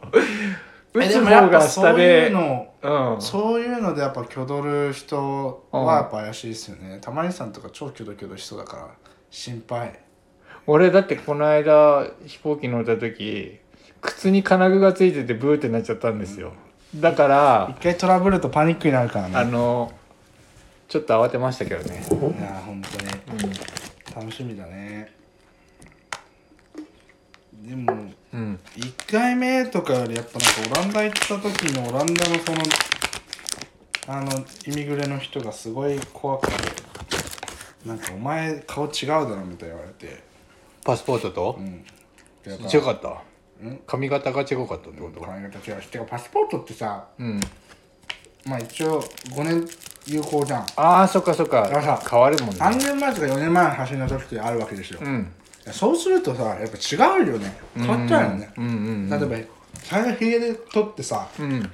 A: 打
B: え
A: つ方が
B: そ
A: 下
B: うい
A: で
B: うの
A: うん
B: そういうのでやっぱ挙動る人はやっぱ怪しいですよねたまにさんとか超挙動挙動しそうだから心配
A: 俺だってこの間飛行機乗った時靴に金具がついててブーってなっちゃったんですよ、だから
B: 一回トラブルとパニックになるからね
A: あのちょっと慌てましたけどね、
B: いやー本当に楽しみだねでも
A: うんうん、
B: 1回目とかよりやっぱなんかオランダ行った時のオランダのそのあのイミグレの人がすごい怖くてなんか「お前顔違うだろ」みたいに言われて
A: パスポートと、
B: やっぱ
A: 違かった
B: ん
A: 髪型が違かったってこと
B: 髪型違うしてかパスポートってさ
A: うん
B: まあ一応5年有効じゃん
A: ああそっかそっか
B: だからさ
A: 変わるもん
B: 3
A: ね
B: 年前とか4年前の走りの時ってあるわけですよ、
A: うん
B: そうするとさやっぱ違うよね変わっちゃうよね、
A: うんうん
B: 例えば最初ヒゲで取ってさ
A: うん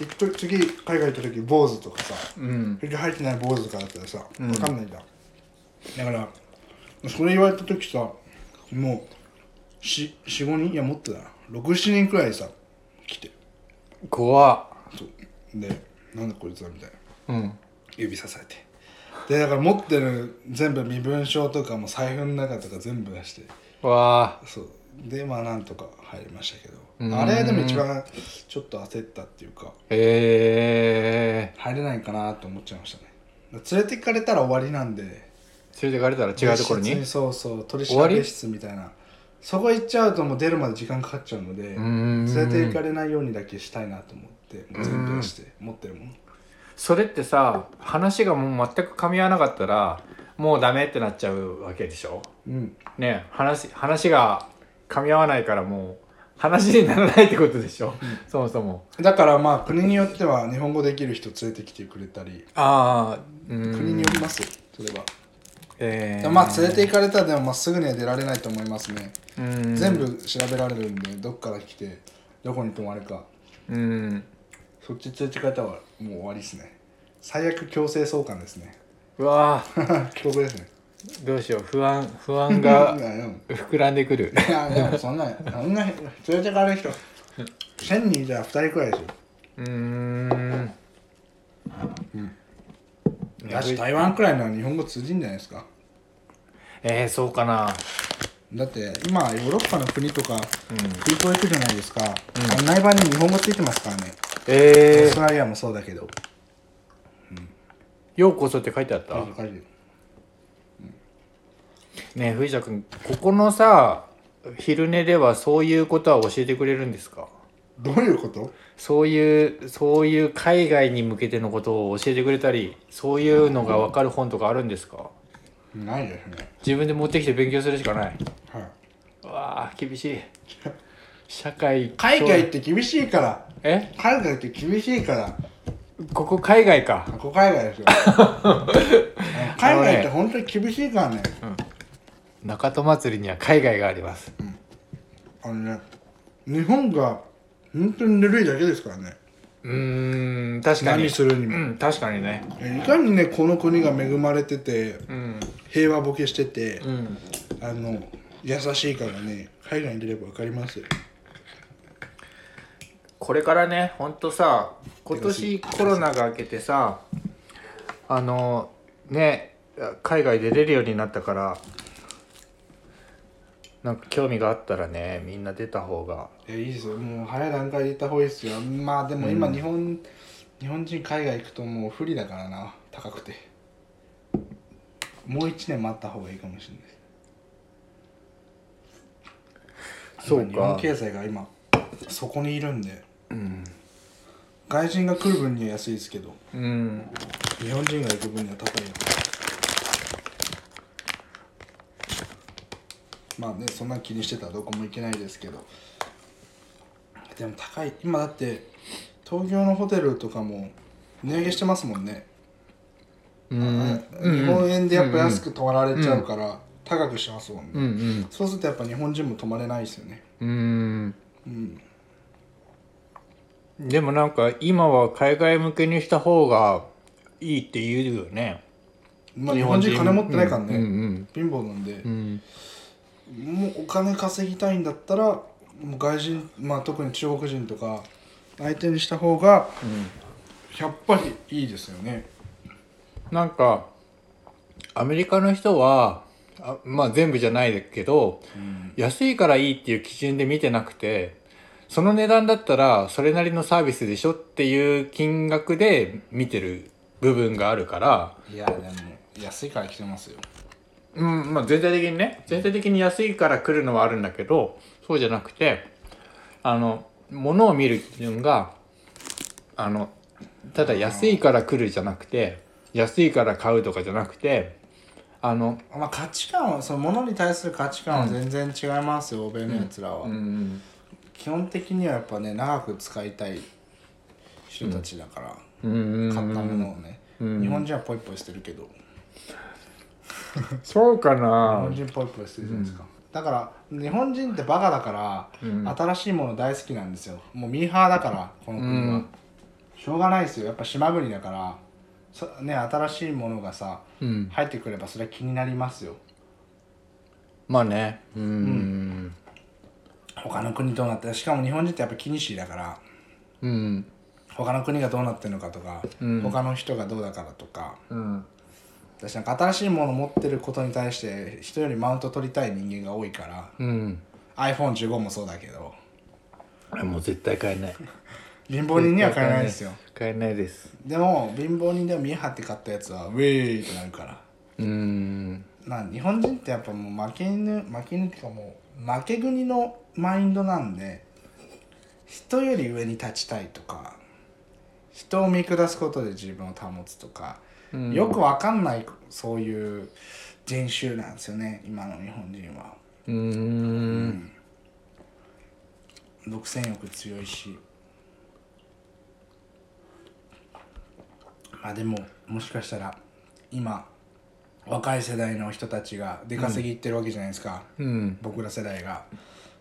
B: 一個次海外行った時坊主とかさ
A: うん
B: ヒゲ入ってない坊主とかだったらさ分かんないじゃん、だからそれ言われた時さもう45人いやもっとだな67人くらいさ来て
A: 怖っ
B: そうでなんだこいつはみたいな
A: うん
B: 指さされてでだから持ってる全部身分証とかも財布の中とか全部出して
A: わあ
B: そうでまあなんとか入りましたけ
A: うーん
B: どあれでも一番ちょっと焦ったっていうか
A: え
B: 入れないかなと思っちゃいましたね連れて行かれたら終わりなんで
A: ー、連れてかれたら違うところに
B: 別室
A: う
B: そうそう取
A: 終わり
B: 調室みたいなそこ行っちゃうともう出るまで時間かかっちゃうので
A: ーん
B: 連れて行かれないようにだけしたいなと思って全部出して持ってるもの
A: それってさ話がもう全く噛み合わなかったらもうダメってなっちゃうわけでしょ
B: うん
A: ね話話が噛み合わないからもう話にならないってことでしょ、そもそも
B: だからまあ国によっては日本語できる人連れてきてくれたり
A: ああうん
B: 国によりますよそれは、
A: え
B: で
A: ー、
B: まあ連れて行かれたらでもまあすぐには出られないと思いますね、
A: うん
B: 全部調べられるんでどっから来てどこに泊まるか
A: うん
B: そっち連れて行かれたらもう終わりですね最悪強制送還ですね <laughs>
A: うわあ
B: 強制ですね
A: どうしよう不安不安が
B: い
A: <laughs>
B: やでも
A: 膨らんでく <laughs> る
B: いやでもそんなそんな連れて行かれる人1000人いたら2人くらいですよ
A: うーん
B: いや台湾くらいなら日本語通じんじゃないですか
A: えー、そうかな
B: だって今ヨーロッパの国とか空港行くじゃないですか、案内板に日本語ついてますからねオー
A: え
B: ストラリアもそうだけど
A: ー、ようこそって書いてあった、
B: わかる
A: ねえ藤田君ここのさ昼寝ではそういうことは教えてくれるんですか
B: どういうこと
A: そういうそういう海外に向けてのことを教えてくれたりそういうのが分かる本とかあるんですか
B: ないですね
A: 自分で持ってきて勉強するしかない
B: はいう
A: わあ厳しい社会
B: 海外って厳しいから
A: え
B: 海外って厳しいから
A: ここ海外か
B: 過去海外で
A: <laughs>
B: すよ海外って本当に厳しいからね
A: 中戸祭りには海外があります
B: あのね日本が本当にぬるいだけですからね
A: うーん確かに
B: 何するに
A: う
B: も
A: ん確かにね
B: いかにねこの国が恵まれてて
A: うん
B: 平和ボケしてて、
A: うん
B: あの優しいからね海外に出れば分かりますよ
A: これからねほんとさ今年コロナが明けてさあのね海外出れるようになったからなんか興味があったらねみんな出た方が
B: いやいいですよもう早い段階で行った方がいいですよまあでも今日本、日本人海外行くともう不利だからな高くてもう1年待った方がいいかもしれないです
A: そうか
B: 今日本経済が今そこにいるんで、外人が来る分には安いですけど
A: うん
B: 日本人が行く分には高いよまあねそんな気にしてたらどこも行けないですけどでも高い今だって東京のホテルとかも値上げしてますもんね、
A: うん
B: 日本円でやっぱ安く泊まられちゃうから高くしてますもんね、
A: うん
B: そうするとやっぱ日本人も泊まれないですよね
A: うん
B: うん
A: でもなんか今は海外向けにした方がいいって言うよね
B: まあ日本人金持ってないからね、
A: うんうん
B: 貧乏なんで、
A: うん
B: もうお金稼ぎたいんだったらもう外人、まあ、特に中国人とか相手にした方がやっぱりいいですよね
A: なんかアメリカの人はあまあ全部じゃないけど、安いからいいっていう基準で見てなくてその値段だったらそれなりのサービスでしょっていう金額で見てる部分があるから、
B: いやでも安いから来てますよ
A: うんまあ、全体的にね全体的に安いから来るのはあるんだけどそうじゃなくてあの物を見る基準があのただ安いから来るじゃなくて安いから買うとかじゃなくてあの
B: まあ価値観はその物に対する価値観は全然違いますよ、欧米のやつらは、
A: うん
B: 基本的にはやっぱね長く使いたい人たちだから、
A: うん
B: 買ったものをね、
A: うん
B: 日本人はポイポイしてるけど、
A: そうか
B: 日
A: な
B: 本人ポイポイしてるじゃないですか、だから日本人ってバカだから、新しいもの大好きなんですよもうミーハーだからこの国は、
A: うん
B: しょうがないですよやっぱ島国だからそね新しいものがさ
A: うん
B: 入ってくればそれは気になりますよ
A: まあねうん
B: 他の国どうなってるしかも日本人ってやっぱ気にしいだから
A: うん
B: 他の国がどうなってるのかとか、
A: うん
B: 他の人がどうだからとか
A: うん
B: 私なんか新しいもの持ってることに対して人よりマウント取りたい人間が多いから
A: うん、
B: iPhone15 もそうだけど
A: もう絶対買えない
B: 貧乏人には買えないですよ
A: 買えないです
B: でも貧乏人でも見え張って買ったやつはウェーイってなるから
A: うん
B: な日本人ってやっぱもう負け犬負け犬っていうかもう負け国のマインドなんで人より上に立ちたいとか人を見下すことで自分を保つとか、
A: うん
B: よくわかんないそういう人種なんですよね今の日本人は
A: うん
B: 独占欲強いしまあでももしかしたら今若い世代の人たちが出稼ぎ行ってるわけじゃないですか、
A: うん
B: 僕ら世代が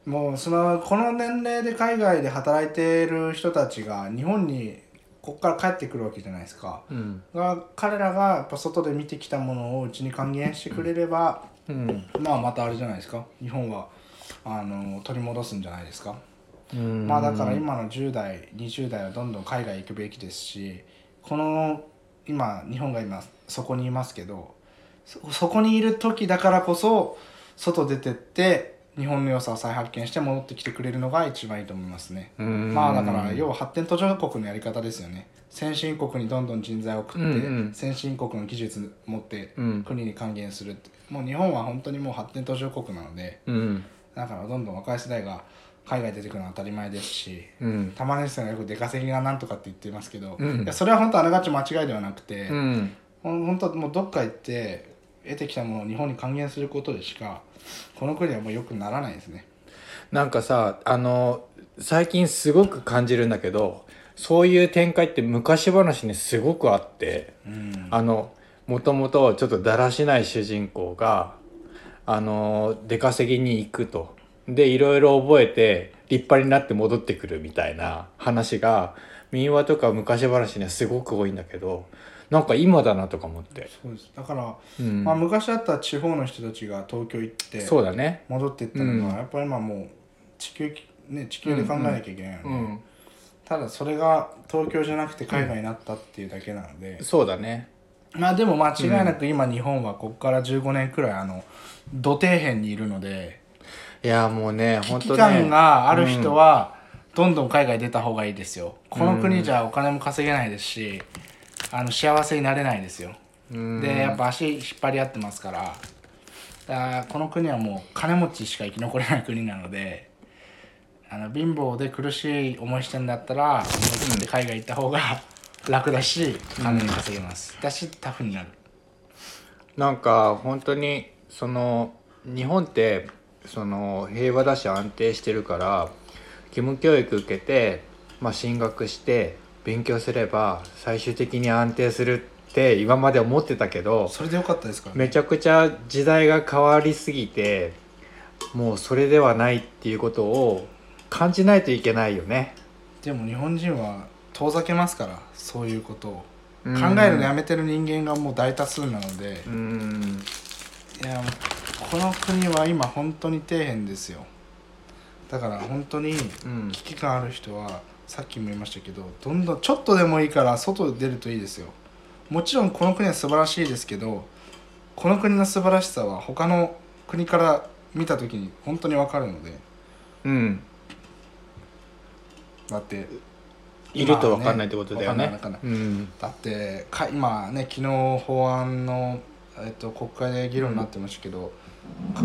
B: もうそのこの年齢で海外で働いてる人たちが日本にここから帰ってくるわけじゃないですか
A: うん
B: が彼らがやっぱ外で見てきたものをうちに還元してくれれば、
A: うん
B: まあまたあれじゃないですか日本はあの取り戻すんじゃないですか、
A: うん
B: まあだから今の10代20代はどんどん海外行くべきですしこの今日本が今そこにいますけどそそこにいる時だからこそ外出てって日本の良さを再発見して戻ってきてくれるのが一番いいと思いますね。
A: うん
B: まあだから要は発展途上国のやり方ですよね先進国にどんどん人材を送って、
A: うんうん
B: 先進国の技術持って
A: うん
B: 国に還元するってもう日本は本当にもう発展途上国なので
A: うん
B: だからどんどん若い世代が海外出てくるのは当たり前ですし
A: うん
B: 玉ねぎさんがよく出稼ぎがなんとかって言ってますけど、
A: うん
B: いやそれは本当あながち間違いではなくて、
A: うん
B: ほん本当もうどっか行って得てきたものを日本に還元することでしかこの国はもう良くならないですね。
A: なんかさあの最近すごく感じるんだけどそういう展開って昔話にすごくあって
B: うん
A: あのもともとちょっとだらしない主人公があの出稼ぎに行くとでいろいろ覚えて立派になって戻ってくるみたいな話が民話とか昔話にはすごく多いんだけどなんか今だなとか思って、
B: そうですだから、
A: うん
B: まあ、昔だったら地方の人たちが東京行って
A: そうだね
B: 戻ってったのが、
A: うん
B: やっぱり今もう地球,、ね、地球で考えなきゃいけないよね、
A: うん
B: ただそれが東京じゃなくて海外になったっていうだけなので、
A: そうだね
B: まあでも間違いなく今日本はここから15年くらいあの土底辺にいるので
A: いやもうね
B: 危
A: 本
B: 機
A: 当
B: 感
A: ね
B: がある人はどんどん海外出た方がいいですよこの国じゃお金も稼げないですしあの幸せになれないですよ
A: うん
B: でやっぱ足引っ張り合ってますからだからこの国はもう金持ちしか生き残れない国なのであの貧乏で苦しい思いしてんだったら思い切って海外行った方が楽だし金も稼げます、だしタフになる
A: なんか本当にその日本ってその平和だし安定してるから義務教育受けて、まあ、進学して勉強すれば最終的に安定するって今まで思ってたけど
B: それでよかったですからね
A: めちゃくちゃ時代が変わりすぎてもうそれではないっていうことを感じないといけないよね。
B: でも日本人は遠ざけますからそういうことを
A: 考
B: 考えるのやめてる人間がもう大多数なので、
A: うん
B: いやこの国は今本当に底辺ですよだから本当に
A: うん
B: 危機感ある人はさっきも言いましたけどどんどんちょっとでもいいから外出るといいですよもちろんこの国は素晴らしいですけどこの国の素晴らしさは他の国から見た時に本当に分かるので
A: うん
B: だって
A: いると分かんないってことだよね。
B: わかんないわかんない
A: うん
B: だってか今ね昨日法案の、えっと、国会で議論になってましたけど、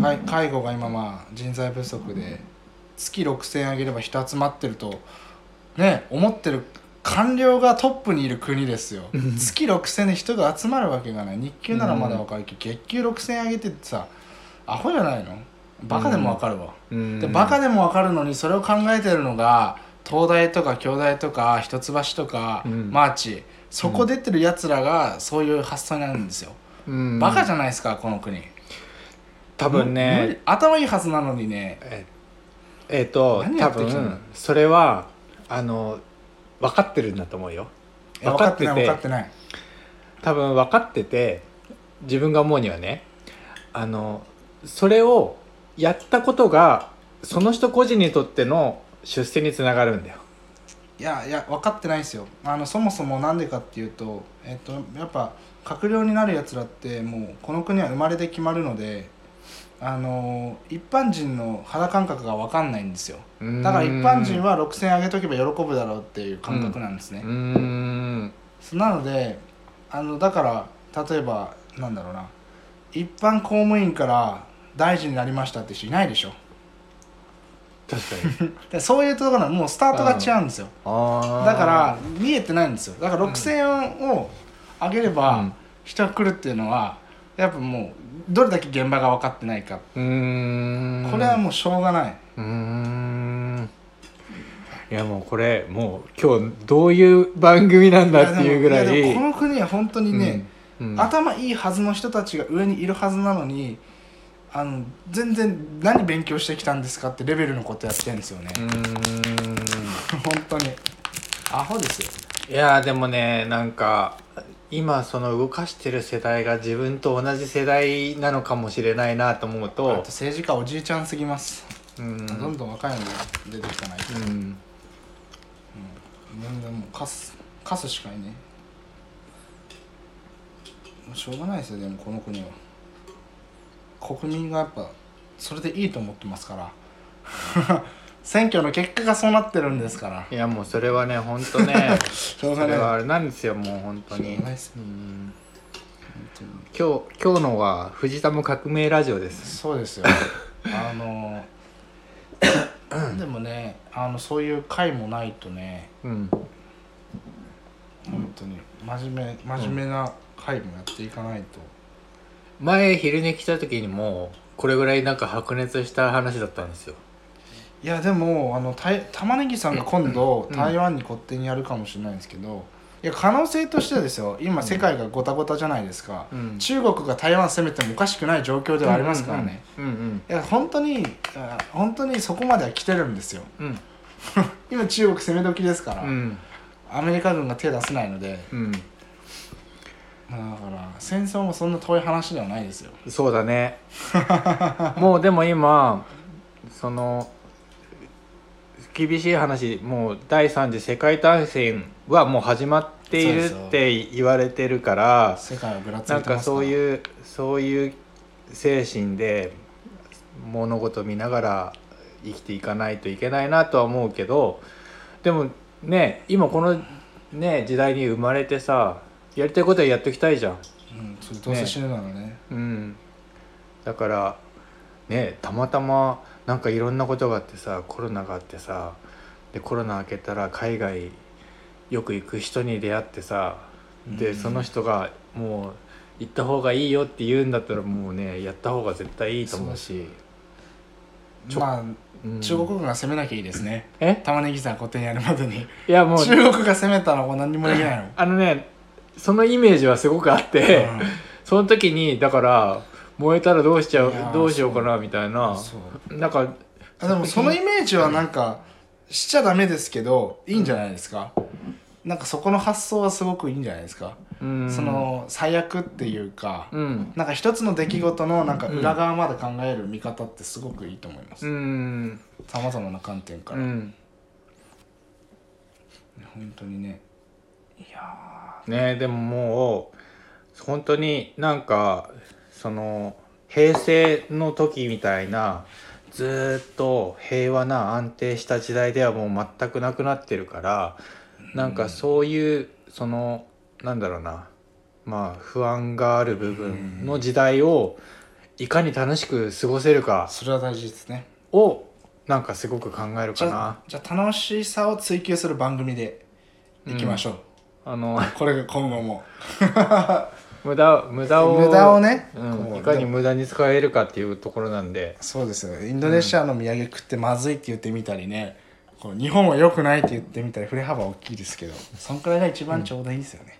B: 介介護が今まあ人材不足で月6,000円あげれば人集まってるとね思ってる官僚がトップにいる国ですよ月6,000円で人が集まるわけがない日給ならまだわかるけど、月給6,000円あげてってさアホじゃないのバカでもわかるわ。
A: うん
B: でバカでもわかるのにそれを考えてるのが東大とか京大とか一橋とか、
A: うん
B: マーチそこ出てるやつらがそういう発想になるんですよ、
A: うん
B: バカじゃないですかこの国
A: 多分
B: 無
A: ね
B: 理頭いいはずなのにね
A: ええーと
B: 何や
A: 多
B: ってきたの
A: 分それはあの分かってるんだと思うよ
B: え分
A: 分
B: か
A: か
B: っ
A: っててて
B: ない分かってない
A: 多分分かってて自分が思うにはねあのそれをやったことがその人個人にとっての出世につながるんだよ。
B: いやいや分かってないですよあのそもそもなんでかっていうと,、えっとやっぱ閣僚になるやつらってもうこの国は生まれで決まるのであの一般人の肌感覚が分かんないんですよだから一般人は6000円あげとけば喜ぶだろうっていう感覚なんですね
A: う、ーん
B: なのであのだから例えばなんだろうな一般公務員から大臣になりましたって人いないでしょ
A: 確
B: <laughs>
A: かに
B: でそういうところはもうスタートが違うんですよ、
A: あー
B: だから見えてないんですよだから6000円を上げれ
A: う
B: ば
A: ん
B: 人が来るっていうのはやっぱもうどれだけ現場が分かってないか、
A: うーん
B: これはもうしょうがないう
A: ーんいやもうこれもう今日どういう番組なんだっていうぐらい
B: やでもやでもこの国は本当にね、
A: うんうん
B: 頭いいはずの人たちが上にいるはずなのにあの全然何勉強してきたんですかってレベルのことやってるんですよね、
A: うー
B: <laughs> 本当にアホですよ
A: んいやでもねなんか今その動かしてる世代が自分と同じ世代なのかもしれないなと思う
B: あと
A: と
B: 政治家おじいちゃんすぎます、
A: うん
B: どんどん若いのが出てきたない
A: うん
B: 全然もうカスカスしかいねもうしょうがないですよでもこの国は国民がやっぱそれでいいと思ってますから <laughs> 選挙の結果がそうなってるんですから
A: いやもうそれはねほんと
B: <laughs>
A: ね
B: しょう
A: そ
B: がな
A: れ
B: い
A: はあれなんですよもう本当
B: しょ
A: に
B: うがないです
A: うん
B: 本当に
A: 今日今日のは藤田も革命ラジオです
B: そうですよ <laughs> あのでもねあのそういう会もないとね
A: うん
B: 本当に真面目真面目な会もやっていかないと、
A: 前昼寝来た時にもこれぐらいなんか白熱した話だったんですよ
B: いやでもあのた玉ねぎさんが今度
A: うん
B: 台湾に勝手にやるかもしれないんですけどいや可能性としてはですよ今世界がごたごたじゃないですか、
A: うん
B: 中国が台湾攻めてもおかしくない状況ではありますからね、
A: うんうん
B: いや本当にあ本当にそこまでは来てるんですよ
A: うん
B: 今中国攻め時ですから、
A: うん
B: アメリカ軍が手出せないので
A: うん
B: まあだから戦争もそんな遠い話ではないですよ
A: そうだねもうでも今その厳しい話もう第三次世界大戦はもう始まっているって言われてるから
B: 世界はぶらついて
A: な
B: ま
A: ん
B: すから
A: かそう
B: う
A: いうそういう精神で物事見ながら生きていかないといけないなとは思うけどでもね今このね時代に生まれてさやりたいことはやっていきたいじゃん。
B: ん、それどうせ死ぬならね
A: うん、だからねたまたまなんかいろんなことがあってさコロナがあってさでコロナ明けたら海外よく行く人に出会ってさで、
B: うん
A: その人がもう行った方がいいよって言うんだったらもうねやった方が絶対いいと思うし、ちょ
B: まあ
A: うん
B: 中国軍が攻めなきゃいいで
A: <laughs>
B: すね、
A: え
B: 玉ねぎさん古典やるまでに
A: いやもう
B: 中国が攻めたらもう何にもできないの、
A: あのねそのイメージはすごくあって、その時にだから燃えたらどうしちゃう
B: いやー
A: どうしようかなみたいな
B: うんそう
A: なんか
B: あでもそのイメージはなんかしちゃダメですけどいいんじゃないですか、なんかそこの発想はすごくいいんじゃないですか、
A: うん
B: その最悪っていうか、
A: うん
B: なんか一つの出来事のなんか裏側まで考える見方ってすごくいいと思います
A: うん
B: さまざまな観点から、
A: うん
B: 本当にねいや
A: ねでももう本当になんかその平成の時みたいなずーっと平和な安定した時代ではもう全くなくなってるからなんかそういうそのなんだろうなまあ不安がある部分の時代をいかに楽しく過ごせるか
B: それは大事ですね
A: をなんかすごく考える
B: じ
A: か
B: ゃ
A: な。
B: じゃあ楽しさを追求する番組でいきましょう、
A: あの
B: これが今後も
A: 無駄無駄を
B: 無駄をね、
A: うん
B: こう
A: いかに無駄に使えるかっていうところなんで
B: そうですよインドネシアの土産食ってまずいって言ってみたりね、こう日本は良くないって言ってみたり振れ幅大きいですけどそんくらいが一番ちょうどいいですよね、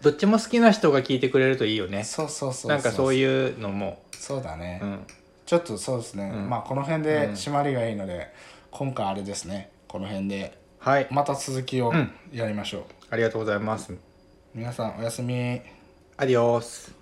A: どっちも好きな人が聞いてくれるといいよね
B: そうそうそう
A: なんかそう
B: う
A: いうのも、
B: そうだね、
A: うん、
B: ちょっとそうですね、
A: うん
B: まあこの辺で締まりがいいので、今回あれですねこの辺で
A: はい
B: また続きを
A: うん
B: やりましょう、
A: ありがとうございます
B: 皆さんおやすみ
A: アディオス